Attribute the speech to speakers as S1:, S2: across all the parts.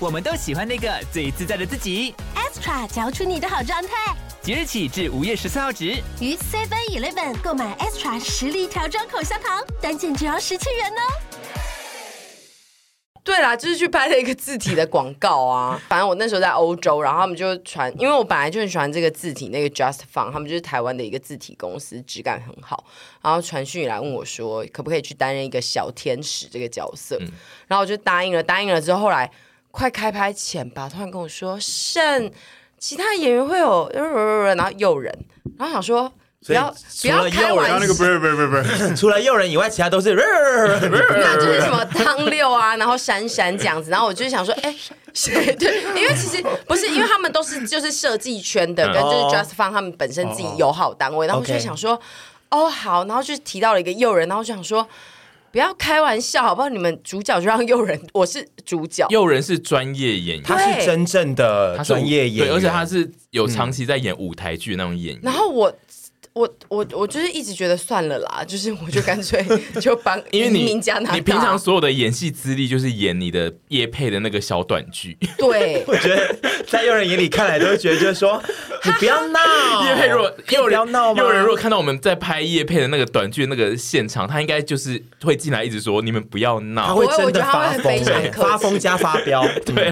S1: 我们都喜欢那个最自在的自己。
S2: extra 嚼出你的好状态。
S1: 即日起至五月十四号止。
S2: 于 Seven Eleven 购买 extra 实力调装口香糖，单件只要十七元哦。
S3: 对啦，就是去拍了一个字体的广告啊。反正我那时候在欧洲，然后他们就传，因为我本来就很喜欢这个字体，那个 Just Fun，他们就是台湾的一个字体公司，质感很好。然后传讯以来问我说，可不可以去担任一个小天使这个角色？然后我就答应了，答应了之后，后来快开拍前吧，突然跟我说剩其他演员会有，呃然后诱人，然后想说不
S4: 所以
S3: 要不
S4: 除
S3: 要
S4: 了
S3: 开
S4: 诱人，
S3: 玩
S4: 然后
S3: 笑
S4: 那个。不是不是不是不是， 除了诱人以外，其他都是。
S3: 那就是 什么汤六啊，然后闪闪这样子，然后我就是想说，哎、谁对？因为其实不是，因为他们都是就是设计圈
S5: 嗯
S3: 的，跟就是
S4: 哦
S3: Just Fun 他们本身
S5: 哦
S3: 自己友好单位，然后我就
S4: OK
S3: 想说，哦好，然后就提到了一个诱人，然后就想说。不要开玩笑，好不好？你们主角就让诱人，我是主角，
S5: 诱人是专业演员，
S4: 他是真正的
S5: 是舞
S4: 专业演员，
S5: 对，而且他是有长期在演舞台剧嗯那种演员。
S3: 然后我。我我我就是一直觉得算了啦，就是我就干 脆就搬
S5: 因为
S3: 移
S5: 你
S3: 民加拿大，
S5: 你平常所有的演戏资历就是演你的叶配的那个小短剧，
S3: 对
S4: 我觉得在诱人眼里看来，都会觉得就是说，你不要闹，
S5: 叶配如果
S4: 可以
S5: 有
S4: 不要
S5: 人
S4: 闹吗？
S5: 有人如果看到我们在拍叶配的那个短剧的那个现场，他应该就是会进来一直说你们不要
S4: 他
S5: 闹，
S4: 会
S3: 我
S4: 真
S3: 我觉得
S4: 的
S3: 他
S4: 发
S3: 会
S4: 疯
S3: 非常
S4: 欸，
S3: 客气
S4: 发疯加发飙，嗯对，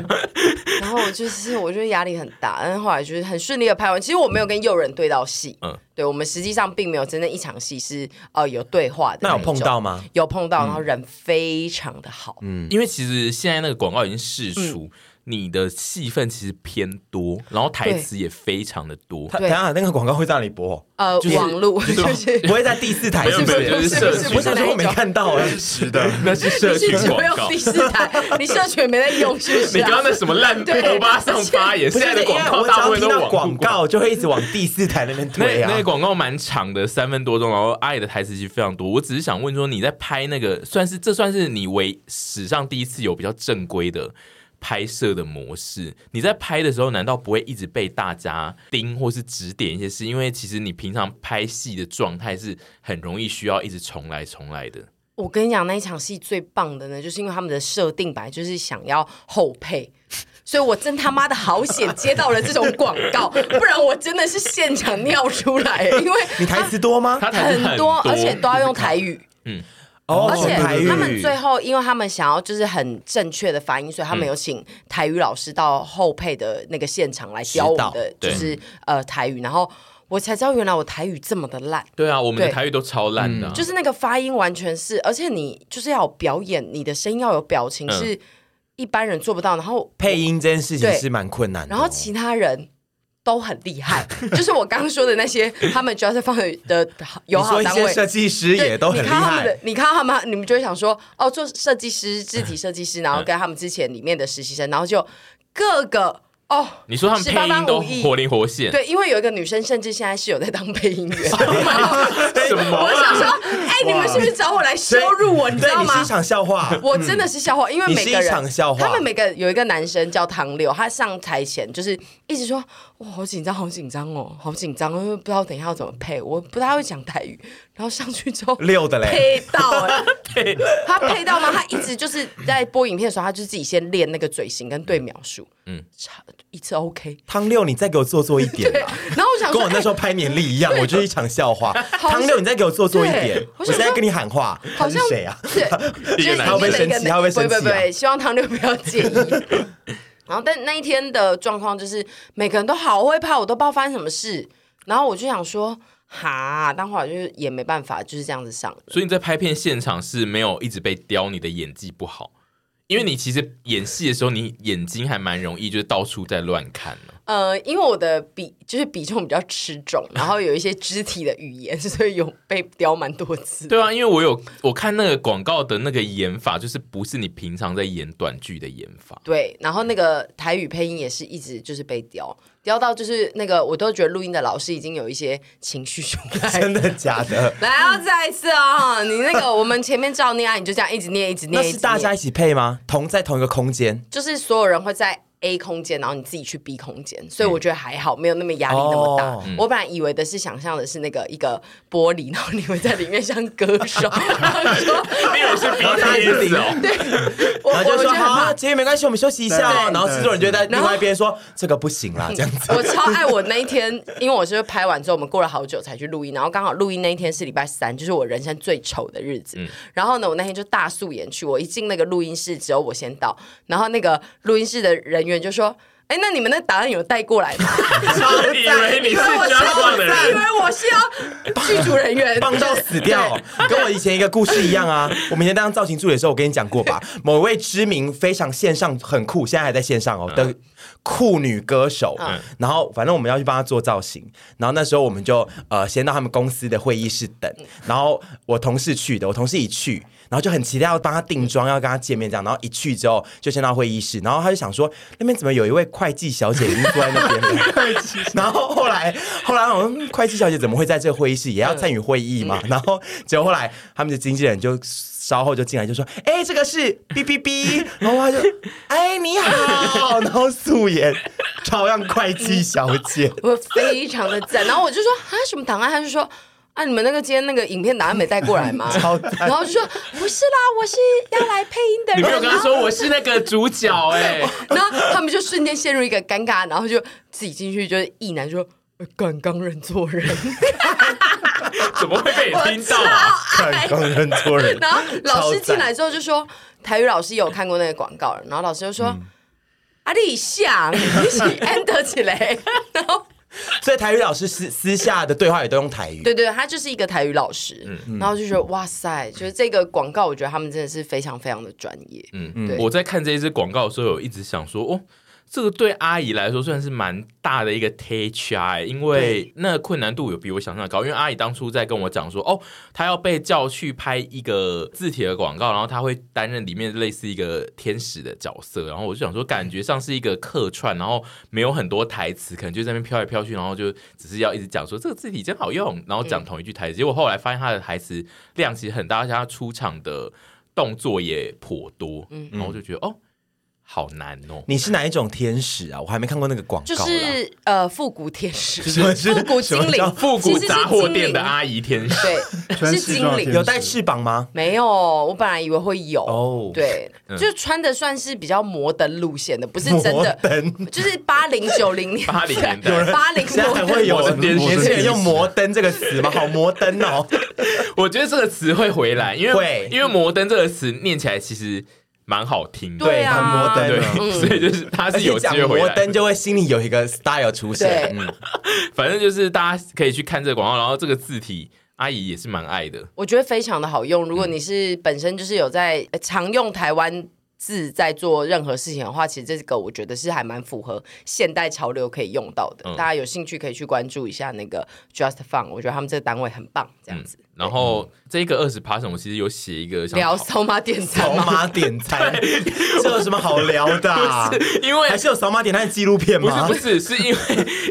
S3: 然后我就是，我就是压力很大，但是后来就是很顺利的拍完。其实我没有跟诱人对到戏，
S5: 嗯
S3: 嗯，对我们实际上并没有真的一场戏是呃有对话的
S4: 那有
S3: 一
S4: 碰
S3: 种
S4: 到吗？
S3: 有碰到，然
S5: 嗯
S3: 后人非常的好，
S5: 因为其实现在那个广告已经释出。
S4: 嗯
S5: 你的戏份其实偏多，然后台词也非常的多
S4: 他，
S3: 对
S4: 等一下那个广告会让你播，
S3: 呃，
S4: 就是
S3: 网路就是
S4: 不会在第四台
S5: 没有
S4: 是不
S5: 没有就是
S4: 是？
S5: 社群
S4: 我想说我没看到哎，是的，
S5: 那 是社
S3: 你
S5: 群
S3: 只
S5: 广
S3: 没有
S5: 告
S3: 第。四台，你社群没在用，是不是、
S5: 你
S3: 啊
S5: 刚刚？那什么烂欧巴上发言，
S4: 不
S5: 现
S4: 是
S5: 在的广
S4: 因为
S5: 告
S4: 我只
S5: 大部
S4: 要
S5: 分
S4: 听
S5: 都
S4: 到
S5: 往
S4: 广告就会一直往第四台那边推
S5: 那
S4: 啊
S5: 那个。广告蛮长的，三分多钟，然后阿姨的台词其实非常多。我只是想问说，你在拍那个，算是这算是你为史上第一次有比较正规的拍摄的模式？你在拍的时候，难道不会一直被大家盯或是指点一些事？因为其实你平常拍戏的状态是很容易需要一直重来重来的。
S3: 我跟你讲，那一场戏最棒的呢，就是因为他们的设定本来就是想要后配。所以我真他妈的好险接到了这种广告，不然我真的是现场尿出来，因为
S4: 你台词多吗？
S5: 他台 词
S3: 很
S5: 很
S3: 多，而且都要用台语。
S4: 哦
S3: 而且
S4: 台语
S3: 他们最后，因为他们想要就是很正确的发音，所以他们有请台语老师到后配的那个现场来教我们的，
S5: 对
S3: 就是呃台语。然后我才知道，原来我台语这么的烂，
S4: 嗯
S5: 对啊，我们的
S3: 对嗯
S5: 台语都超烂的啊、
S3: 就是那个发音完全是，而且你就是要有表演，你的声音要有表情，
S5: 嗯
S3: 是一般人做不到。然后
S4: 配音这件事情
S3: 对
S4: 是蛮困难的哦。
S3: 然后其他人。都很厉 害，就是我刚刚说的那些，他们 Just Fun 的友
S4: 你
S3: 好
S4: 说一
S3: 单位
S4: 些，设计师
S3: 对
S4: 也都很厉
S3: 你看他们
S4: 害
S3: 的，，你看他们，你们就会想说，哦，做设计师、字体设计师，
S4: 嗯
S3: 然后跟他们之前里面的实习生，然后就各个哦，
S5: 你说他们
S3: 十
S5: 配
S3: 八般
S5: 音都
S3: 武艺
S5: 活灵活现，
S3: 对，因为有一个女生，甚至现在是有在当配音员。
S4: 啊什么
S3: 我想说，哎、你们是不是找我来羞辱我？你知道
S4: 对，你是一
S3: 吗？
S4: 场笑话。
S3: 我真的是笑话，因为
S4: 你
S3: 每
S4: 是
S3: 个
S4: 一
S3: 人
S4: 场笑话
S3: 他们每个有一个男生叫汤六，他上台前就是一直说：“哇，好紧张，好紧张哦，好紧张，因为不知道等一下要怎么配，我不太会讲台语。”然后上去之后，
S4: 六的嘞，
S3: 配到了， 他配到吗？他一直就是在播影片的时候，他就自己先练那个嘴型跟对描述，嗯，一次 OK。
S4: 汤六，你再给我做作一点
S3: 对
S4: 啦。，
S3: 然后我想
S4: 跟
S3: 说，
S4: 我那时候
S3: 哎
S4: 拍年历一 样，我就是一场笑话。
S3: 好
S4: 汤六，你再给我做作一点
S3: 对，
S4: 我
S3: 我想说
S4: 现在跟你喊话，
S3: 哎好
S4: 他是
S3: 像
S4: 谁啊？
S3: 对， 就是
S4: 他会不会生气他会不会生气啊
S3: 不不不，希望唐六不要介意。 然后，但那一天的状况就是每个人都好会怕，我都不知道发生什么事。然后我就想说，哈，但后来就是也没办法，就是这样子上了。
S5: 所以你在拍片现场是没有一直被刁你的演技不好，因为你其实演戏的时候，你眼睛还蛮容易就是到处在乱看的、
S3: 呃，因为我的比就是比重比较吃重，然后有一些肢体的语言， 所以有被雕蛮多次。
S5: 对啊，因为我有我看那个广告的那个演法，就是不是你平常在演短剧的演法。
S3: 对，然后那个台语配音也是一直就是被雕，雕到就是那个我都觉得录音的老师已经有一些情绪出来。
S4: 真的假的？
S3: 来啊，再一次啊、你那个我们前面照念啊，你就这样一直念，一直念，
S4: 那
S3: 一
S4: 是
S3: 直
S4: 大家
S3: 念
S4: 一起配吗？同在同一个空间？
S3: 就是所有人会在 A 空间，然后你自己去 B 空间，所以我觉得还好，没有那么压力那么大。
S4: 哦
S5: 嗯
S3: 我本来以为的是想象的是那个一个玻璃，然后你会在里面像歌 手，然后说
S5: 没有是
S4: BTS
S5: 哦，
S3: 我我
S4: 然后就
S3: 我
S4: 说
S3: 觉得很
S4: 好，
S3: 怕。
S4: 结语没关系，我们休息一下哦。
S3: 对
S4: 然后制作人就在
S3: 然
S4: 另
S3: 后
S4: 外一边说这个不行 啦，这样子。
S3: 我超爱我那一天，因为我是拍完之后，我们过了好久才去录音，然后刚好录音那一天是礼拜三，就是我人生最丑的日
S4: 嗯
S3: 子。然后呢，我那天就大素颜去，我一进那个录音室，只有我先到，然后那个录音室的人员就说：“哎，那你们的答案有带过 来吗？”
S5: 以为你是
S3: 我
S5: 专放的
S3: 以
S5: 人，
S3: 为我是要剧组人员，
S4: 棒到死掉，跟我以前一个故事一样啊！我们以前当造型助理的时候，我跟你讲过吧，某位知名非常线上很酷，现在还在线上哦的酷女歌手，然后反正我们要去帮她做造型，然后那时候我们就呃先到他们公司的会议室等，然后我同事去的，我同事一去。然后就很期待要帮她定妆，要跟她见面这样。然后一去之后就先到会议室，然后他就想说那边怎么有一位会计小姐已经坐在那边了？然后后来后来我们会计小姐怎么会在这个会议室也要参与会议嘛？然后结果后来他们的经纪人就稍后就进来就说：“哎、这个是哔哔哔。”然后他就：“哎，你好。”然后素颜超像会计小姐，
S3: 我非常的赞。然后我就说啊，什么档案？他就说。啊！你们那个今天那个影片档案没带过来吗？
S4: 超赞
S3: 然后就说不是啦，我是要来配音的人。啊
S5: 你没有跟他说我是那个主角哎、
S3: 然后他们就瞬间陷入一个尴尬，然后就自己进去就是意难说。呃敢刚人做 人，
S5: 怎么会被你听到啊？
S4: 看工人做 人。
S3: 然后老师
S4: 超赞
S3: 进来之后就说，台语老师有看过那个广告了，然后老师就
S4: 嗯
S3: 说，啊你想你 是 end 起来，然后
S4: 所以台语老师私私下的对话也都用台语。
S3: 对对，他就是一个台语老师，
S4: 嗯
S3: 然后就觉得哇塞，就是这个广告，我觉得他们真的是非常非常的专业，
S5: 嗯，我在看这一支广告的时候，有一直想说，哦，这个对阿姨来说算是蛮大的一个 take 啊，因为那个困难度有比我想象的高。因为阿姨当初在跟我讲说，哦，她要被叫去拍一个字体的广告，然后她会担任里面类似一个天使的角色，然后我就想说，感觉上是一个客串，然后没有很多台词，可能就在那边飘来飘去，然后就只是要一直讲说这个字体真好用，然后讲同一句台词。结果后来发现她的台词量其实很大，而且她出场的。动作也颇多，然后我就觉得哦，好难哦。
S4: 你是哪一种天使啊？我还没看过那个广告
S3: 就
S4: 啦。
S3: 是呃复古天使，
S4: 什么是
S3: 复古精
S4: 什么叫
S3: 灵，
S5: 复
S3: 其
S5: 古
S3: 实是
S5: 杂货店的
S3: 精灵
S5: 阿姨天使，
S3: 对，
S6: 全
S3: 是
S6: 西
S3: 精
S6: 装的
S3: 灵
S6: 天。
S4: 有带翅膀吗？
S3: 没有，我本来以为会有。
S4: 哦，，
S3: 对，就穿的算是比较摩登路线的，不 是真
S4: 摩
S3: 的，
S4: 登。
S3: 就是八零九零 年代，
S5: 八零年代有
S3: 八零
S4: 现在还会有
S5: 摩登
S4: 年轻人用“摩登”这个词吗？好摩登哦！
S5: 我觉得这个词会回来，因为
S4: 会
S5: 因为摩登这个词念起来其实蛮好听的，
S3: 对啊
S4: 很摩登
S5: 对
S4: 哦。，
S5: 所以就是它
S4: 而
S5: 是有
S4: 且讲
S5: 机会啊回
S4: 摩
S5: 来的。
S4: 登就会心里有一个 style 出
S3: 对
S4: 现，嗯，
S5: 反正就是大家可以去看这个广告，然后这个字体阿姨也是蛮爱的。
S3: 我觉得非常的好用。
S4: 嗯
S3: 如果你是本身就是有在、呃常用台湾字在做任何事情的话，其实这个我觉得是还蛮符合现代潮流可以用到的。
S4: 嗯
S3: 大家有兴趣可以去关注一下那个 Just Fun，我觉得他们这个单位很棒，这样
S4: 嗯
S3: 子。
S5: 然后这个二十 p a 我其实有写一个想
S3: 聊
S5: 讨
S3: 扫码点餐
S4: 扫
S3: 吗？
S4: 码点 餐，这有什么好聊的啊？
S5: 因为
S4: 还是有扫码点餐的纪录片
S5: 不是
S4: 吗
S5: 不？是，是因为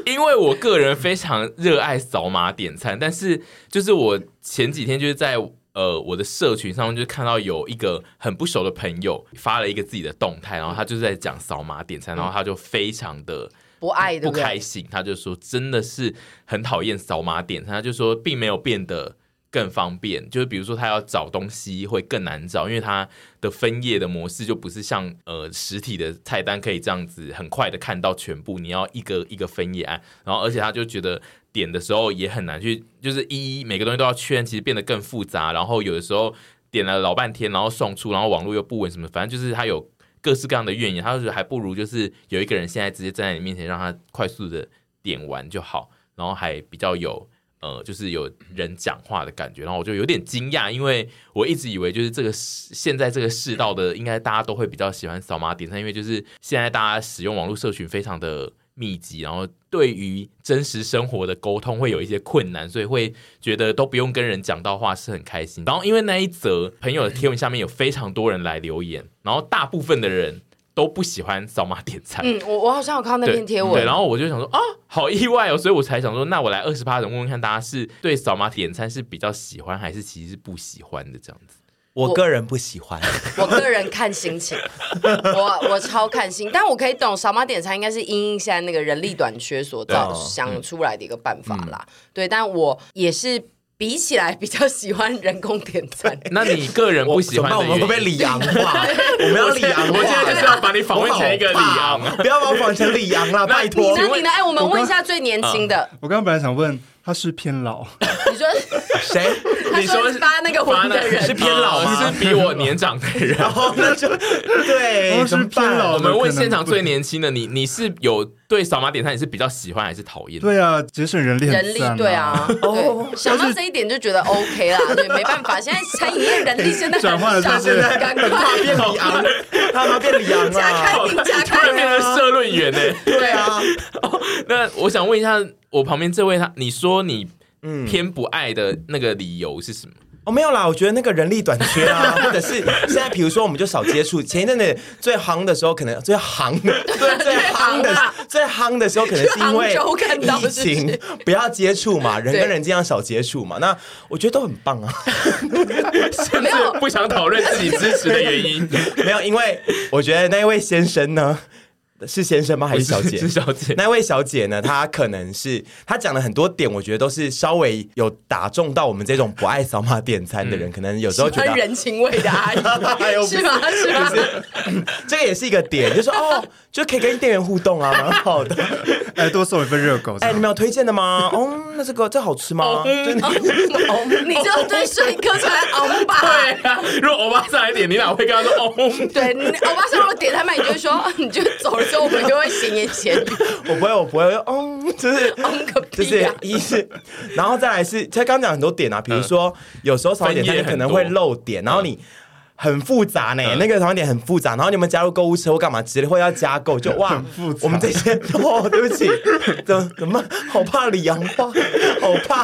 S5: 因为我个人非常热爱扫码点餐，但是就是我前几天就是在呃我的社群上面就看到有一个很不熟的朋友发了一个自己的动态，然后他就是在讲扫码点餐，然后他就非常的。
S3: 不爱对
S5: 不
S3: 不对
S5: 开心，他就说真的是很讨厌扫码点餐，他就说并没有变得更方便，就是比如说他要找东西会更难找，因为他的分页的模式就不是像呃实体的菜单可以这样子很快的看到全部，你要一个一个分页按，然后而且他就觉得。点的时候也很难去，就是一一每个东西都要确认，其实变得更复杂。然后有的时候点了老半天，然后送出，然后网络又不稳什么，反正就是他有各式各样的怨言，他就觉得还不如就是有一个人现在直接站在你面前，让他快速的点完就好，然后还比较有呃，就是有人讲话的感觉，然后我就有点惊讶，因为我一直以为就是这个世现在这个世道的，应该大家都会比较喜欢扫码点餐，因为就是现在大家使用网络社群非常的密集，然后对于真实生活的沟通会有一些困难，所以会觉得都不用跟人讲到话是很开心。然后因为那一则朋友的贴文下面有非常多人来留言，然后大部分的人都不喜欢扫码点餐。
S3: 嗯，我我好像有看到那
S5: 对
S3: 篇贴文，
S5: 对，然后我就想说啊，好意外哦，所以我才想说，那我来二十八人问问看，大家是对扫码点餐是比较喜欢，还是其实是不喜欢的这样子？
S4: 我个人不喜欢，
S3: 我个人看心情， 我我超看心，但我可以懂扫码点餐应该是因应现在那个人力短缺所造
S4: 对啊
S3: 想出来的一个办法
S5: 嗯
S3: 啦。对，但我也是比起来比较喜欢人工点餐。
S5: 那你个人不喜欢
S4: 我怎么
S5: 的
S4: 办我们会被
S5: 原
S4: 里
S5: 因
S4: 昂 化，我们要里昂化。
S5: 我现在就是要把你访问成一个里昂
S4: 我好怕哦不要把我访成里昂啦，拜
S3: 你
S4: 托。
S3: 呢？你呢？哎， 我们问一下最年轻的，
S6: 我刚刚本来想问他是偏老，
S5: 嗯
S3: 你说
S4: 谁？
S3: 他
S5: 你说
S3: 说
S5: 是
S3: 发那个文的
S5: 是
S3: 人，
S5: 偏老吗？哦是比我年长的人。
S4: 然后那就 对，
S6: 哦是
S4: 怎么办
S6: 偏老
S5: 我们问现场
S6: 可能不
S5: 最年轻的你，你是有对扫码点餐你是比较喜欢还是讨厌？
S6: 对啊，节省人力很
S3: 人 力
S6: 赞、
S3: 对，啊，对，想到这一点就觉得 OK 啦，对，没办法，现在餐饮业人力现在
S6: 转换了
S3: 很
S6: 对
S3: 少
S6: 不
S4: 对
S3: 赶快
S4: 变里昂，他妈变里昂
S3: 加
S4: 啦！
S3: 开，你加
S5: 突然变
S3: 开，
S5: 成社论员呢、欸
S4: 对啊，
S5: 那我想问一下，我旁边这位他，你说你偏不爱的那个理由 是什么？
S4: 哦，没有啦，我觉得那个人力短缺啊，或者是现在比如说我们就少接触。前一阵子最夯的时候，可能最夯的 最最夯
S3: 最夯
S4: 的
S3: 啦
S4: 最夯的时候，可能是因为
S3: 去啊杭州看到
S4: 疫
S3: 是不是
S4: 情不要接触嘛，人
S3: 对
S4: 跟人尽量少接触嘛。那我觉得都很棒啊，
S5: 甚至不想讨论自己支持的原因。
S4: 没有，因为我觉得那一位先生呢，是先生 吗？还是小姐？
S5: 是小姐。
S4: 那位小姐呢？她可能是她讲的很多点，我觉得都是稍微有打中到我们这种不爱扫码点餐的人，可能有时候觉得
S3: 很人情味的阿姨， 是吗？是吗？
S4: 这个也是一个点，就说哦，就可以跟店员互动啊，蛮好的。
S6: 哎，多送一份热狗这
S4: 哎，
S6: 样。
S4: 你们有推荐的吗？哦，那这个这好吃吗？
S5: 哦
S4: 就是
S3: 哦你就对帅哥出来昂吧。
S5: 对啊，如果欧巴上来点，你哪会跟他说哦？
S3: 对，你欧巴桑如果点他麦，你就会说， 你就走了之后，我们就会闲言闲语，
S4: 我不会，我不会，我就哦，就是。
S3: 昂个屁
S4: 就
S3: 啊
S4: 是
S3: 呀、
S4: 一是，然后再来是，他刚讲很多点啊，比如说有时候少一点，
S5: 嗯分
S4: 但
S5: 页
S4: 你可能会
S5: 很多嗯
S4: 漏点，然后你很复杂呢，那个少一点很复杂，然后你们加入购物车或干嘛之类，或要加购，就哇
S6: 复，杂
S4: 我们这 些哦，对不起，怎怎么好怕李阳话，好怕，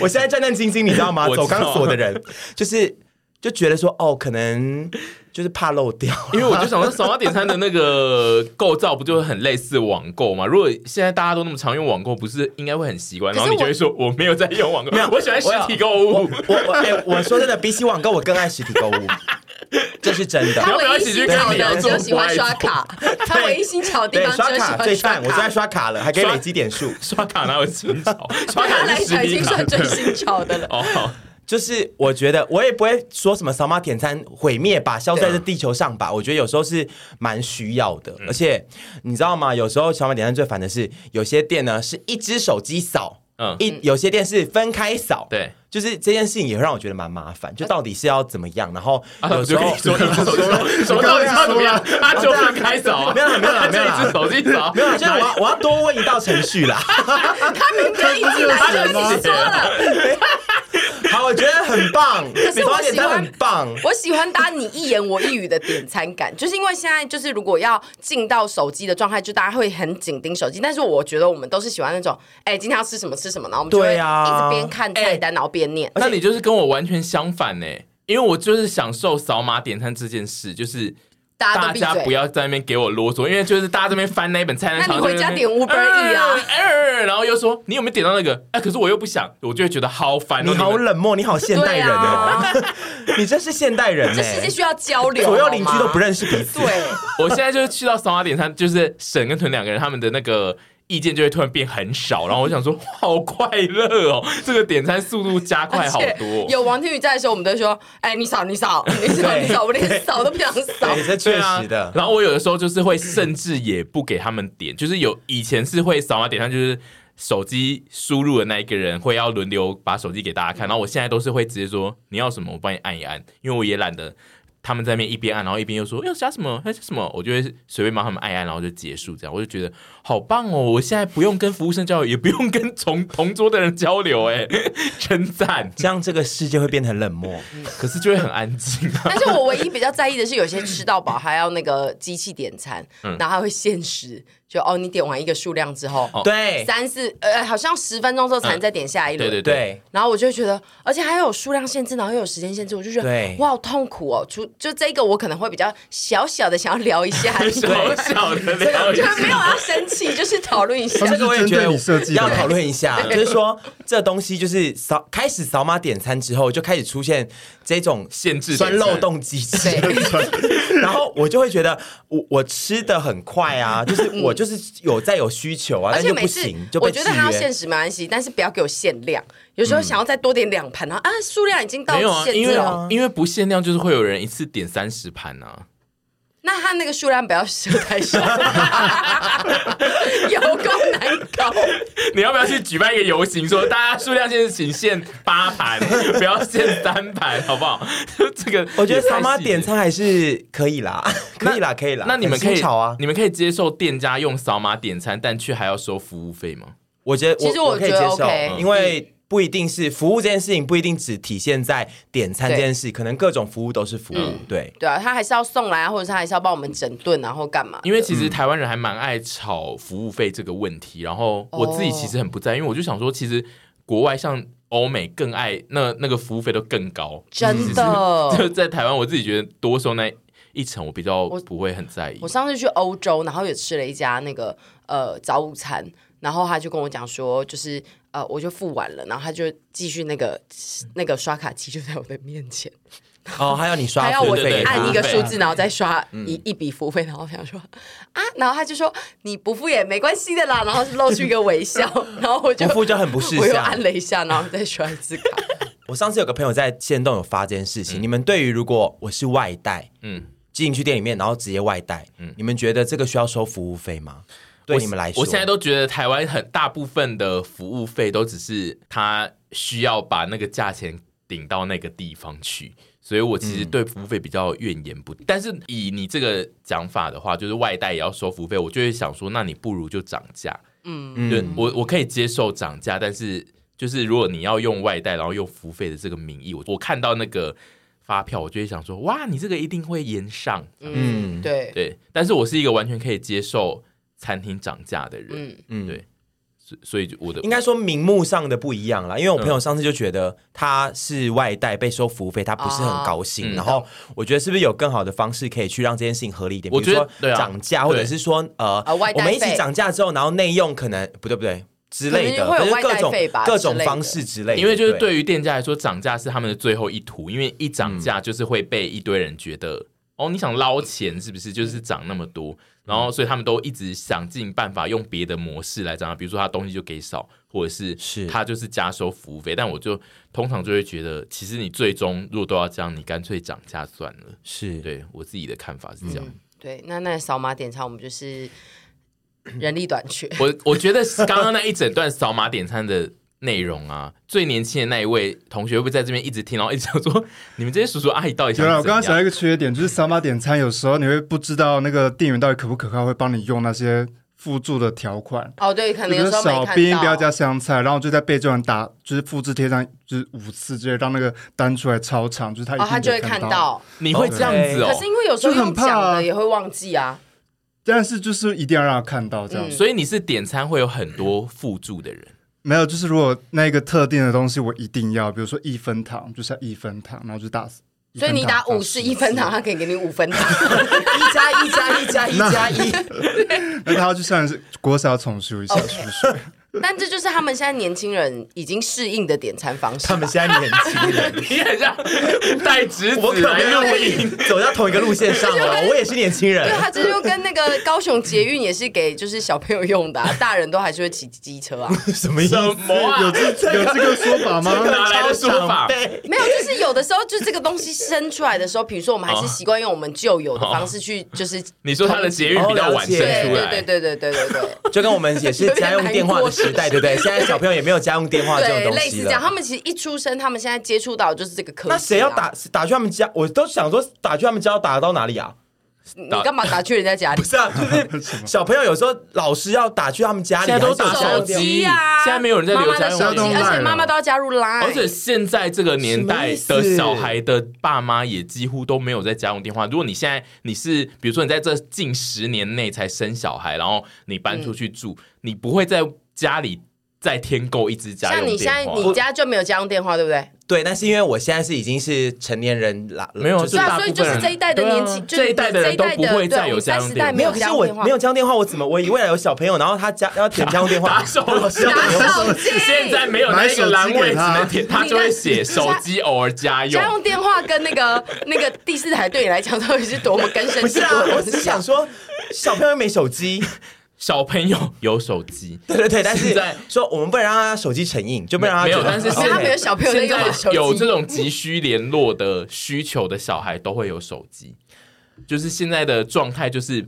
S4: 我现在战战兢兢，你知道吗？
S5: 我知道
S4: 走钢索的人就是就觉得说哦，可能就是怕漏掉，
S5: 因为我就想说，扫码点餐的那个构造不就很类似网购吗？如果现在大家都那么常用网购，不是应该会很习惯？
S3: 可
S5: 然
S3: 是
S5: 后
S3: 我
S5: 你就会说我没有在用网购，我喜欢实体购
S4: 我
S5: 物。
S4: 我我哎、我说真的，比起网购，我更爱实体购物，这是真的。
S3: 他
S5: 要不要
S3: 唯一
S5: 一起去
S3: 新
S5: 看
S3: 巧
S5: 你要
S3: 的
S5: 做
S3: 就喜欢
S5: 不爱
S3: 刷
S5: 做
S3: 卡，他唯一新巧的地
S4: 对，
S3: 方就
S4: 刷
S3: 是喜
S4: 卡
S3: 欢
S4: 最
S3: 刷
S4: 赞，我最爱
S3: 卡。
S4: 刷卡了，还可以
S5: 刷
S4: 累积点数。
S5: 刷卡哪有新 潮？刷
S3: 对他
S5: 卡
S3: 来
S5: 是实
S3: 讲已
S5: 体
S3: 经
S5: 卡
S3: 算。最新潮的 了。
S5: 哦，好
S4: 就是我觉得我也不会说什么扫码点餐毁灭吧，消失
S3: 啊
S4: 在这地球上吧。我觉得有时候是蛮需要的，
S3: 嗯
S4: 而且你知道吗？有时候扫码点餐最烦的是，有些店呢是一只手机扫，
S5: 嗯
S4: 一有些店是分开扫，。
S5: 对，
S4: 就是这件事情也会让我觉得蛮麻烦，
S3: 啊
S4: 就到底是要怎么样？然后
S5: 啊，我
S4: 有时
S5: 就跟
S4: 候
S5: 你说一只手机扫，什么到底要怎么样？他就分开扫啊，
S4: 没有啦没有啦
S5: 他就
S4: 没有啦
S5: 一只手机扫
S4: 没，有啦，就是我要我要多问一道程序 啦。
S3: 他明天一进来就已经说了，
S4: 好，我觉得很棒，
S3: 是我
S4: 扫码点
S3: 喜欢
S4: 餐很棒。
S3: 我喜欢搭你一言我一语的点餐感，就是因为现在就是如果要进到手机的状态，就大家会很紧盯手机。但是我觉得我们都是喜欢那种，哎、今天要吃什么吃什么，然后我们就会
S4: 对啊
S3: 一直边看菜单，然后边念。
S5: 那你就是跟我完全相反呢、欸因为我就是享受扫码点餐这件事，就是
S3: 大家都
S5: 大
S3: 闭
S5: 家
S3: 嘴
S5: 不要在那边给我啰嗦，因为就是大家这边翻那一本菜单，
S3: 那你回家
S5: 常常
S3: 点
S5: 就在那边
S3: Uber Eats 啊
S5: 哎哎然后又说你有没有点到那个？哎，可是我又不想，我就会觉得好烦哦。
S4: 你好
S5: 们
S4: 冷漠，你好现代人哦， 你真是现代人
S3: 啊这
S4: 呢。
S3: 世界需要交流，
S4: 左右邻居都不
S3: 识。
S4: 认识彼此。
S3: 对，
S5: 我现在就是去到扫码点餐，就是沈跟屯两个人他们的那个。意见就会突然变很少，然后我想说，好快乐哦！这个点餐速度加快
S3: 而
S5: 好
S3: 且
S4: 哦
S5: 多，哦
S3: 有王天宇在的时候，我们都会说：“哎、你扫，你 扫，你扫，
S4: 对
S3: 你扫。”我连扫都不想扫。
S4: 对，这确实的。
S5: 啊然后我有的时候就是会甚至也不给他们点，就是有以前是会扫码点上，就是手机输入的那一个人会要嗯轮流把手机给大家看，然后我现在都是会直接说你要什么，我帮你按一按，因为我也懒得。他们在那边一边按，然后一边又说要加什么要加什么，我就会随便帮他们按一按，然后就结束这样，我就觉得好棒哦！我现在不用跟服务生交流，也不用跟同同桌的人交流、哎， 称赞。
S4: 这样这个世界会变得很冷漠。
S5: 可是就会很安静啊。
S3: 但是我唯一比较在意的是，有些吃到饱还要那个机器点餐，
S4: 嗯
S3: 然后它会限时，就哦，你点完一个数量之后，
S4: 对
S3: 三四呃，好像十分钟之后才能再点下一轮。
S5: 哎嗯对对
S4: 对，
S3: 然后我就会觉得，而且还有数量限制，然后又有时间限制，我就觉得
S4: 对
S3: 哇，好痛苦哦。除就这个，我可能会比较小小的想要聊一 下，
S5: 小小的聊一
S3: 就
S5: 下
S3: 是没有要生气，就是讨论一 下。
S6: 他
S4: 这
S6: 们
S4: 个我也觉
S6: 针对你设
S4: 得
S6: 计的
S4: 要讨论一下，就是说这东西就是扫开始扫码点餐之后，就开始出现这种
S5: 限制点
S4: 钻
S5: 餐
S4: 漏洞机制， 然后我就会觉得我我吃的很快啊，就是我就是有在有需求啊，
S3: 而
S4: 但
S3: 且
S4: 就
S3: 每
S4: 不
S3: 次
S4: 行，就
S3: 我
S4: 被
S3: 觉
S4: 制
S3: 得它要限
S4: 约。
S3: 时没关系，但是不要给我限量。有时候想要再多点两盘，然后啊，数量已经到
S5: 嗯没有啊，
S3: 限
S5: 因
S3: 制
S5: 为
S3: 了。
S5: 因为不限量，就是会有人一次点三十盘啊。
S3: 那他那个数量不要设太少， 有够难搞。
S5: 你要不要去举办一个游行，说大家数量限制，仅限八盘， 不要限三盘，好不好？ 这个
S4: 我觉得
S5: 也太
S4: 扫码
S5: 细
S4: 点
S5: 致
S4: 餐还是可以啦， 可以啦，可以啦。
S5: 那你们
S4: 很新
S5: 可以
S4: 潮啊！
S5: 你们可以接受店家用扫码点餐，但却还要收服务费吗？
S4: 我觉得
S3: 其实我
S4: 我可以
S3: 觉得
S4: 接受
S3: OK，
S4: 因为不一定是服务这件事情，不一定只体现在点餐这件事，可能各种服务都是服务。对，
S3: 对啊，他还是要送来啊，或者是他还是要帮我们整顿啊，或干嘛？
S5: 因为其实台湾人还蛮爱炒服务费这个问题，然后我自己其实很不在意，因为我就想说，其实国外像欧美更爱那那个服务费都更高，
S3: 真 的
S5: 就在台湾，我自己觉得多收那一层，我比较不会很在意
S3: 我。上次去欧洲，然后也吃了一家那个呃早午餐，然后他就跟我讲说，就是呃我就付完了，然后他就继续那个那个刷卡机就在我的面前，
S4: 哦，还有你刷
S3: 他要
S4: 服务
S3: 我
S5: 对对
S4: 费嗯
S5: 对
S4: 给
S3: 按
S4: 他
S3: 一个数字，然后再刷一、一笔付费，然后我想说啊，然后他就说你不付也没关系的啦，然后露出一个微 笑，然后我就
S4: 不付就很不识相
S3: 我又按了一下，然后再刷一次卡。
S4: 我上次有个朋友在线动有发这件事情，你们对于如果我是外带
S5: 嗯，
S4: 进去店里面，然后直接外带，你们觉得这个需要收服务费吗？对你们来说，
S5: 我现在都觉得台湾很大部分的服务费都只是他需要把那个价钱顶到那个地方去，所以我其
S3: 嗯
S5: 实对服务费比较怨言不。但是以你这个讲法的话，就是外带也要收服务费，我就会想说，那你不如就涨价。
S4: 嗯
S5: 对我我可以接受涨价，但是就是如果你要用外带，然后用服务费的这个名义，我我看到那个发票，我就会想说，哇，你这个一定会延上。
S3: 嗯，对，
S5: 对，但是我是一个完全可以接受餐厅涨价的人。
S3: 嗯
S5: 嗯，对，所所以就我的
S4: 应该说名目上的不一样啦，因为我朋
S5: 嗯
S4: 友上次就觉得他是外带被收服务费，他不是很高兴。
S5: 嗯
S4: 然后我觉得是不是有更好的方式可以去让这件事情合理一点？
S5: 我觉得
S4: 比如
S5: 对
S4: 说
S5: 啊
S4: 涨价，或者是说呃
S3: 啊外带
S4: 我们一起
S3: 费
S4: 涨价之后，然后内用可能不对不对之类的，
S3: 可能会有
S4: 反正各
S3: 外带费吧
S4: 种各种
S3: 之类的
S4: 方式之类的。
S5: 因为就是对于店家来说，涨价是他们的最后一途，因为一涨价就是会被一堆人觉得、哦，你想捞钱是不是？
S4: 嗯
S5: 就是涨那么多，然后所以他们都一直想尽办法用别的模式来涨价，比如说他东西就给少，或者是
S4: 是
S5: 他就是加收服务费。但我就通常就会觉得，其实你最终如果都要这样，你干脆涨价算了。
S4: 是
S5: 对我自己的看法是这样。
S3: 对，那那扫码点餐，我们就是 人力短缺。
S5: 我我觉得刚刚那一整段扫码点餐的内容啊， 最年轻的那一位同学会不会在这边一直听，然后一直想说， 你们这些叔叔阿姨到底
S6: 有
S5: 想
S6: 啊啦，我
S5: 怎
S6: 刚刚想到
S5: 样？
S6: 一个缺点，就是扫码点餐，有时候你会不知道那个店员到底可不可靠，会帮你用那些附注的条款。
S3: 哦，对，可能
S6: 比
S3: 有
S6: 如
S3: 时候
S6: 说
S3: 没
S6: 少
S3: 看
S6: 冰
S3: 到。
S6: 不要加香菜，然后就在备注栏打，就是复制贴上就是五次之类，让那个单出来超长，就是他一
S3: 哦，
S6: 定
S3: 他就会
S6: 得
S3: 看
S6: 看。
S3: 到，
S5: 你会这样子
S3: 可
S5: 哦
S3: 是？因为有时候
S6: 就很
S3: 用
S6: 怕
S3: 讲
S6: 啊
S3: 的也会忘记啊。
S6: 但是就是一定要让他看到这样。
S3: 嗯
S5: 所以你是点餐会有很多附注的人，
S6: 没有，就是如果那个特定的东西我一定要，比如说一分糖，就是要一分糖，然后就打死。
S3: 所以你打五十一分糖，他可以给你五分糖。
S4: 一加一加一加一加一，
S6: 那他就算是国小重修一下，是不是？
S3: 但这就是他们现在年轻人已经适应的点餐方式吧。
S4: 他们现在年轻人。
S5: 你很像带侄
S4: 我
S5: 子啊
S4: 可没
S5: 来
S4: 有
S5: 用
S4: 跟
S5: 力。
S4: 你走到同一个路线上了， 我也是年轻人
S3: 对。啊，这就跟那个高雄捷运也是给就是小朋友用的、啊，大人都还是会骑机车啊。
S4: 什么意思？
S5: 什么啊
S6: 有这有这个说法吗？
S5: 哪来的说
S4: 超长
S5: 法
S4: 辈
S3: 没有，就是有的时候就这个东西生出来的时候，比如说我们还是习惯用我们旧有的方式去，就是
S5: 你说他的
S3: 统计
S5: 捷运比较晚生
S3: 对哦对
S5: 出
S3: 对
S5: 来，
S3: 对对对对对对。
S4: 就跟我们也是家用电话的时代，对不对？现在小朋友也没有家用电话这种
S3: 对，
S4: 东
S3: 类
S4: 西
S3: 似这样。他
S4: 了。
S3: 们其实一出生，他们现在接触到的就是这个科技、啊。
S4: 那谁要打？打去他们家？我都想说打去他们家要打到哪里啊？
S3: 你干嘛打去人家家里
S4: 不？是啊，就是小朋友有时候老师要打去他们家里，
S5: 现在都
S4: 还是有家
S5: 打手
S4: 用电话
S5: 机
S3: 啊！
S5: 现在没有人在
S3: 妈
S5: 留
S3: 妈
S5: 家
S3: 的
S5: 用
S3: 手
S5: 手
S3: 机，
S5: 机
S3: 而且妈妈都要加入 Line，
S5: 而且现在哦这个年代
S4: 什么意
S5: 的
S4: 思
S5: 小孩的爸妈也几乎都没有在家用电话。如果你现在你是，比如说你在这近十年内才生小孩，然后你搬出去住，你不会在家里再添购一支家
S3: 像
S5: 用
S3: 你现在
S5: 电话。
S3: 你家就没有家用电话，对不对？
S4: 对，但是因为我现在是已经是成年人啦，
S5: 没有
S4: 就
S5: 就是
S3: 对啊，
S5: 大
S3: 所以
S5: 部
S3: 就
S5: 分
S3: 是
S5: 人
S3: 这一代的
S5: 对啊
S3: 年纪，就是
S5: 这一代的人
S3: 这一代
S5: 都不会再有
S3: 对
S5: 家用
S3: 我们30代
S5: 电话
S4: 没有。可
S3: 家
S4: 是
S3: 用电
S4: 我
S3: 话，
S4: 没有家用电话，我怎么我以未来有小朋友，然后他家要点家用电话
S5: 打，手机，
S3: 打手机
S5: 现在没有那个栏位，只能填，他就会写手机偶尔家用
S3: 家。用电话跟那 个那个第四台对你来讲到底是多么根深
S4: 不
S3: 蒂
S4: 是啊
S3: 固？的
S4: 我
S3: 东
S4: 只是
S3: 西
S4: 想
S3: 啊？
S4: 说，小朋友没手机，
S5: 小朋友有手机，
S4: 对对对，但是
S5: 现在
S4: 说我们不能让他手机成瘾，就不能让他
S5: 没有
S4: 觉得
S5: 但是
S4: 哦
S3: 没有他们有小朋友在
S5: 现
S3: 用
S5: 在
S3: 手机，
S5: 有这种急需联络的需求的小孩都会有手机，就是现在的状态就是。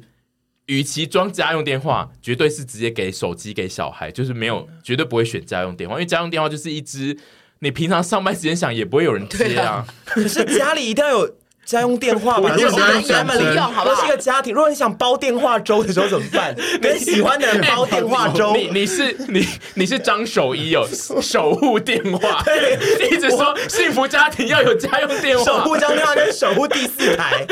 S5: 与其装家用电话，绝对是直接给手机给小孩，就是没有绝对不会选家用电话，因为家用电话就是一支你平常上班时间想也不会有人接 啊。
S4: 可是家里一定要有家用电话吧？
S6: 不
S4: 如
S6: 用
S4: 果是一个
S6: 家用
S4: family，
S6: 不
S3: 用好不好
S4: 如果是一个家庭，如果你想煲电话粥的时候怎么办？跟喜欢的人煲电话粥，
S5: 啊你你是你你是张守一哦，守护电 话，一直说幸福家庭要有家用电
S4: 守
S5: 话，
S4: 护张电话跟守护第四台，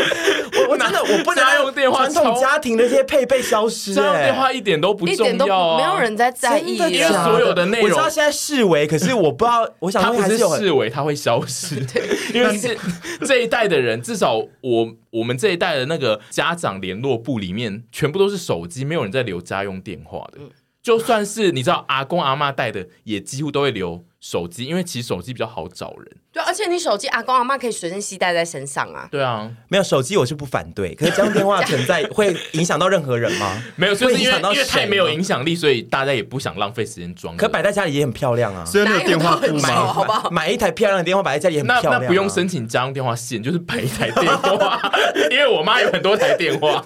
S4: 我我真的我不能
S5: 家用电话
S4: 传统
S5: 超
S4: 家庭的这些配备消失、
S5: 家用
S4: 哎
S5: 电话一点都不
S3: 一
S5: 重
S3: 点都不
S5: 要、啊，
S3: 没有人在在意
S4: 真的啊
S5: 因为
S4: 假
S5: 所有的内
S4: 我知
S5: 容
S4: 道现在视为，可是我不知道，我想
S5: 它
S4: 说
S5: 不
S4: 还
S5: 是
S4: 有很
S5: 视为它会消失， 因为是这一代的人，至少我我们这一代的那个家长联络部里面，全部都是手机，没有人在留家用电话的。
S4: 嗯
S5: 就算是你知道阿公阿妈带的，也几乎都会留手机，因为其实手机比较好找人。
S3: 对，而且你手机阿公阿妈可以随身携带在身上啊。
S5: 对啊，
S4: 没有手机，我是不反对。可是家用电话存 在会影响到任何人吗？
S5: 没有，就
S4: 会
S5: 是因
S4: 影
S5: 为
S4: 响到
S5: 因为
S4: 谁
S5: 太
S4: 吗
S5: 没有影响力，所以大家也不想浪费时间装了。
S4: 可摆在家里也很漂亮啊。
S6: 所以那
S3: 哪
S6: 个电话
S3: 有
S6: 簿
S3: 很
S6: 吗？
S3: 少，好不好？
S4: 买一台漂亮的电话摆在家里也很
S5: 那
S4: 漂亮、啊
S5: 那不用申请家用电话线，就是摆一台电话， 因为我妈有很多台电话，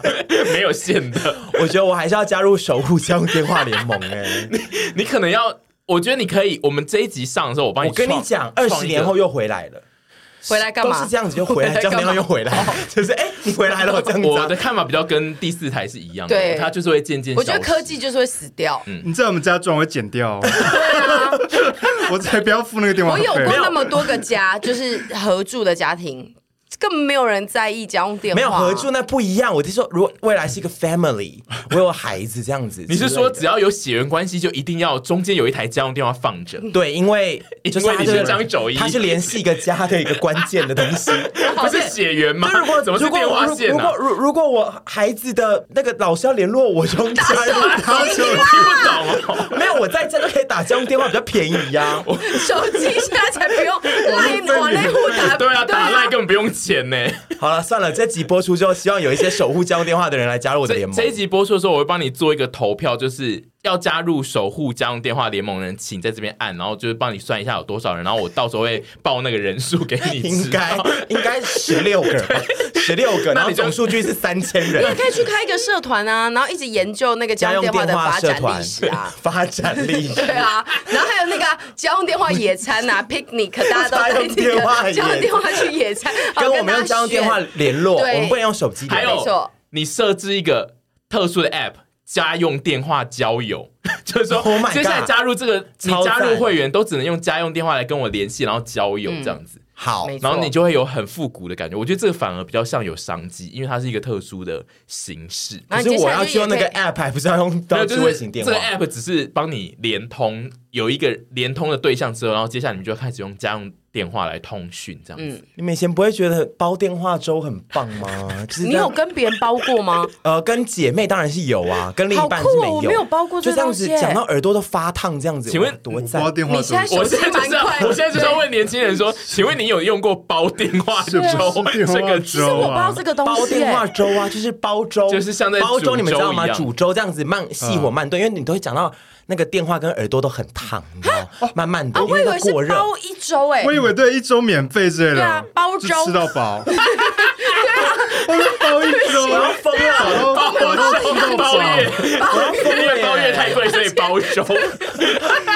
S5: 没有线的。
S4: 我觉得我还是要加入守护家用电话联盟哎、
S5: 你可能要，我觉得你可以，我们这一集上的时候，我帮 你
S4: 我跟你
S5: 创
S4: 讲，二十年后。
S5: 创一个
S4: 又回来了，
S3: 回来 干嘛哦
S4: 都是这样子就回来，这样然后又回来，就是哎、你回来了这样子、
S5: 我
S4: 啊
S5: 的。看法比较跟第四台是一样的，
S3: 对
S5: 它就是会渐渐消
S3: 我
S5: 失。嗯
S3: 觉得科技就是会死掉。
S6: 你在我们家装会剪掉、哦，我才不要付那个电话
S3: 我
S6: 费。
S3: 有过那么多个家， 就是合住的家庭，根本没有人在意家用电话。
S4: 没有合住，那不一样，我就说，如果未来是一个 family，我有孩子这样子之类的，
S5: 你是说只要有血缘关系，就一定要中间有一台家用电话放
S3: 嗯
S5: 着？
S4: 对，因 为
S5: 因
S4: 就是
S5: 为
S4: 他
S5: 你
S4: 就是
S5: 是张九一，
S4: 它是联系一个家的一个关键的东西。
S5: 不是血缘吗？
S4: 就如果
S5: 怎么是
S4: 如果
S5: 电话线
S4: 如
S5: 呢、啊
S4: 果？如如果我孩子的那个老师要联络我，就用家用，
S5: 你听
S3: 啊
S5: 不懂哦。
S4: 没有我在家就可以打家用电话，比较便宜呀、
S3: 手机现在才不 用赖往内户打，
S5: 对啊，打赖根本不用钱呢。
S4: 好了，算了，这集播出之后，希望有一些守护家用电话的人来加入我的
S5: 这
S4: 联盟。
S5: 这一集播出的时候，我会帮你做一个投票，就是要加入守护家用电话联盟的人，请在这边按，然后就是帮你算一下有多少人，然后我到时候会报那个人数给你
S4: 应
S5: 知
S4: 该
S5: 道。
S4: 应该十六个吧，十六个，然后
S5: 那你就
S4: 总数据是三千
S3: 你也
S4: 人。
S3: 可以去开一个社团啊，然后一直研究那个家
S4: 家
S3: 用
S4: 用
S3: 电话
S4: 电
S3: 的
S4: 话
S3: 发
S4: 社
S3: 展
S4: 团
S3: 历史啊。
S4: 发展历 史
S3: 对，啊，然后还有那个啊家用电话野餐 啊，picnic，大家都在这
S4: 家用电话野
S3: 个
S4: 餐
S3: 家用电话去野餐，哦好
S4: 跟我们用家用电话。联络，
S3: 对
S4: 我们不能用手机
S5: 还
S4: 联络。
S3: 没
S5: 有
S3: 错，
S5: 你设置一个特殊的 App。家用电话交友，就是说
S4: Oh my，god
S5: 接下来加入这个，你
S4: 超赞
S5: 加入会员都只能用家用电话来跟我联系，然后交友这样子，
S3: 嗯
S4: 好，
S3: 没错
S5: 然后你就会有很复古的感觉。我觉得这个反而比较像有商机，因为它是一个特殊的形式。
S3: 然后
S4: 可是
S3: 接下
S4: 我
S3: 来
S4: 要
S3: 就
S4: 去用那
S3: 也
S4: 个
S3: 可以
S4: app，还不是要用
S5: 没
S4: 到
S5: 有，
S4: 智
S5: 就
S4: 慧
S5: 是
S4: 型电
S5: 这个
S4: 话？
S5: app 只是帮你连通有一个连通的对象之后，然后接下来你们就开始用家用电话来通讯这样子。
S3: 嗯
S4: 你们以前不会觉得煲电话粥很棒吗？就是
S3: 你
S4: 这样
S3: 有跟别人包过 吗？
S4: 呃跟姐妹当然是有啊，跟另一半是
S3: 好酷
S4: 没
S3: 哦
S4: 有。
S3: 我没有包过
S4: 就
S3: 这
S4: 这样
S3: 东西
S4: 子
S3: 耶
S4: 讲到耳朵都发烫，这样子。
S5: 请问
S4: 哇多
S6: 我
S4: 赞
S6: 挂？电话
S3: 你
S6: 怎
S3: 现
S6: 么
S3: 在
S6: 办？
S5: 我
S3: 手机蛮
S5: 现在就是要
S3: 快，的，
S5: 我现在就是要问年轻 人说，请问你有用过煲电话粥
S3: 啊
S6: 是不是
S5: 这个
S3: 其实我不知道这个东西、欸。
S4: 煲啊电话粥啊，就是煲粥，
S5: 就是像在
S4: 煲粥，
S5: 煮
S4: 你们知道吗？
S5: 粥一样
S4: 煮粥这样子慢细火慢炖，因为你都会讲到那个电话跟耳朵都很烫，你知道吗慢慢的，
S3: 啊，
S4: 因
S3: 我以
S4: 它
S3: 为
S4: 过
S3: 是
S4: 热。
S3: 包一周哎、
S6: 我以为对一周免费之类的，
S3: 对啊包
S6: 就
S3: 粥
S6: 吃到饱。对啊，我们包一周，啊
S4: 我要疯了！
S6: 饱到饱到吃到
S5: 包
S6: 饱。
S5: 夜，因为包夜太贵，所以包欧洲，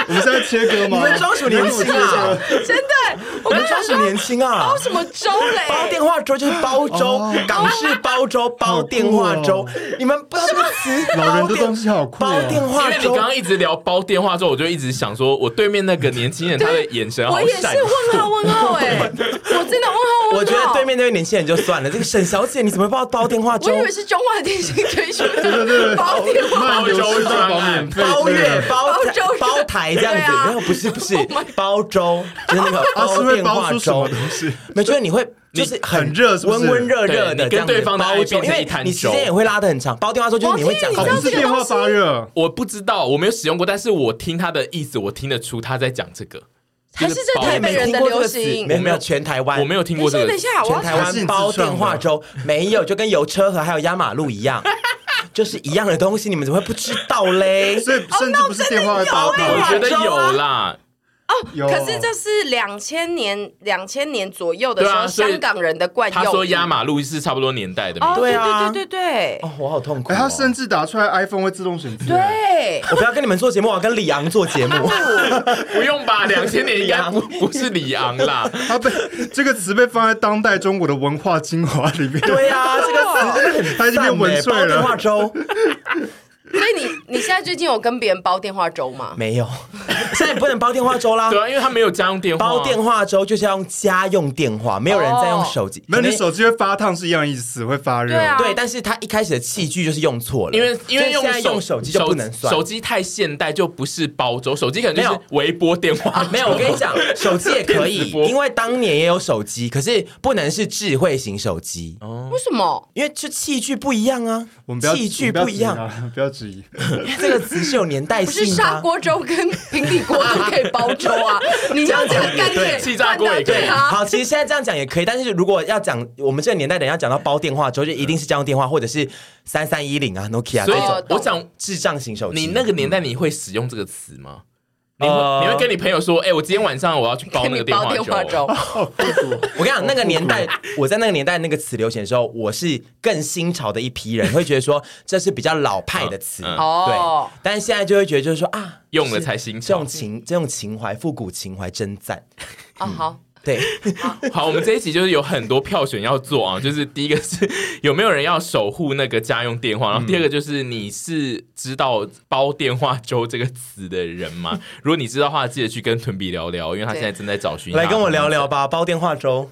S6: 我们现在切割
S4: 你
S6: 吗？
S4: 们装什么年轻啊？
S3: 真的，我跟
S4: 你们
S3: 你
S4: 装什么
S3: 说，哦
S4: 年轻 啊
S3: 包？什么粥
S4: 煲
S3: 嘞？
S4: 电话粥就是煲粥，港式煲粥、煲电话粥，你们不知道这个词。
S6: 老人的东西好酷哦
S4: 煲电
S5: 因
S4: 话
S5: 为你
S4: 粥
S5: 刚，刚一直聊煲电话之后，我就一直想说，我对面那个年轻人他的眼神好
S3: 我也是
S5: 闪
S3: 问号
S5: 烁。
S3: 问号哎，我真的问号问号。
S4: 我觉得对，面那位年轻人就算了，这个沈小姐你怎么会煲煲电话
S3: 我
S4: 粥？
S3: 以为是中华电信推出
S6: 对对对，
S3: 的包电话
S6: 漫
S5: 包
S6: 游
S5: 周
S6: 世界
S5: 专
S6: 保
S5: 案
S6: 免费
S4: 包月、包
S3: 煲粥
S4: 包台这样子
S3: 对，啊
S4: 没有，不是 不是，煲粥就是那个
S6: 啊，
S4: 煲
S6: 是会
S4: 电
S6: 包
S4: 话
S6: 出什
S4: 粥
S6: 么，东西？
S4: 没觉得你会就是
S6: 很热是不是
S4: 温温热热
S5: 对
S4: 的
S5: 你跟
S4: 这样子
S5: 对方的
S4: 煲
S5: 爱
S4: 粥，
S5: 变成
S4: 因
S5: 一
S4: 为
S5: 滩
S4: 你
S5: 粥
S4: 时间也会拉的很长。煲电话粥就是你会讲
S3: 王
S6: 哦，
S4: 话
S3: 天
S6: 不
S3: 你知道
S6: 是电话发热，
S5: 我不知道，我没有使用过，但是我听他的意思，我听得出他在讲这个。
S3: 还是这
S5: 我
S3: 台
S5: 也
S4: 没
S3: 北人
S4: 听
S3: 的
S4: 过这
S3: 流
S4: 个词，
S3: 行
S4: 没？有
S5: 我
S4: 没
S5: 没
S4: 有，
S5: 有
S4: 全台湾
S5: 我没有听
S3: 等一
S5: 过这
S3: 下，
S5: 个
S3: 等一下，我要
S4: 全台
S3: 查
S6: 它是
S4: 湾
S6: 你
S4: 包
S6: 自创
S4: 电
S6: 的
S4: 话粥，没有就跟油车河还有压马路一样， 就是一样的东西，你们怎么会不知道嘞？
S6: 所以甚至不是电话会包
S4: 真的
S5: 我
S4: 哦有啊
S5: 觉得
S6: 的。
S5: 有啦，
S6: 有啊
S3: 可是这是两千年两千年左右的时
S5: 对
S3: 候，
S5: 啊所以
S3: 香港人的惯用
S5: 他
S3: 语。
S5: 说压马路是差不多年代的名
S3: 哦，
S5: 字，
S4: 对
S3: 对
S4: 啊
S3: 对对对
S4: 哦，我好痛苦、哦
S6: 哎，。他甚至打出来 iPhone 会自动哎选字。
S3: 对，对，
S4: 我不要跟你们做节目，我要跟李昂做节 目。
S5: 不用吧？两千年应该不不是李昂啦，
S6: 他被这个词被放在当代中国的文化精华里面。
S4: 对啊，这个词真的很
S6: 他已经变文
S4: 赞欸包
S6: 萃了
S4: 电话粥
S3: 所以你你现在最近有跟别人煲电话粥吗？
S4: 没有， 现在也不能包电话粥啦
S5: 对。啊，因为他没有家用电话啊，
S4: 包电话粥就是要用家用电话，没有人在用手机。
S6: 哦没有，
S4: 可能
S6: 你手机会发烫是一样意思，会发热。哦
S3: 对啊
S4: 哎对，但是他一开始的器具就是用错了，
S5: 因为因为
S4: 所以现在用手机就不能算
S5: 手。机太现代就不是包粥，手机可能就
S4: 没
S5: 是
S4: 有
S5: 微波电话
S4: 啊，没有，我跟你 讲，手机也可
S5: 电
S4: 以
S5: 子波，
S4: 因为当年也有手机，可是不能是智慧型手机，
S3: 为什么？
S4: 因为这器具不一样啊
S6: 哦我们，不要
S4: 器具
S6: 我们
S4: 不
S6: 不
S4: 一
S6: 要质疑啊
S4: 样，
S6: 他，不要 质疑。
S4: 这个词是有年代
S3: 不是
S4: 性的
S3: 砂
S4: 啊。
S3: 锅粥跟平底锅都可以煲粥啊！你用这个概念，
S5: 气炸锅也可以
S3: 对啊，
S4: 好，其实现在这样讲也可以，但是如果要讲我们这个年代的人要讲到包电话之后，就一定是家用电话或者是三三一零啊、Nokia 这
S5: 所以
S4: 种
S5: 我想，
S4: 智障型手机。啊
S5: 你那个年代你会使用这个词吗？你
S4: 呃
S5: 会你会跟你朋友说，哎，我今天晚上我要去包
S3: 给
S5: 那
S3: 你
S5: 个电
S3: 煲
S5: 话
S3: 电话粥
S5: 粥。，
S4: 哦我跟你讲，那个年代，我在那个年代那个词流行的时候，我是更新潮的一批人，会觉得说这是比较老派的词，
S5: 嗯嗯
S3: 哦
S4: 对。但是现在就会觉得就是说啊，
S5: 用了才新
S4: 这
S5: 潮
S4: 种。情这种情怀，复古情怀真赞。
S3: 啊
S5: 嗯
S3: 好，
S4: 对，
S5: 好，我们这一集就是有很多票选要做啊， 就是第一个是有没有人要守护那个家用电话，
S4: 嗯
S5: 然后第二个就是你是知道“包电话粥”这个词的人吗？ 如果你知道的话，记得去跟屯比聊聊，因为他现在正在找寻。
S4: 来跟我聊。聊吧，煲电话粥。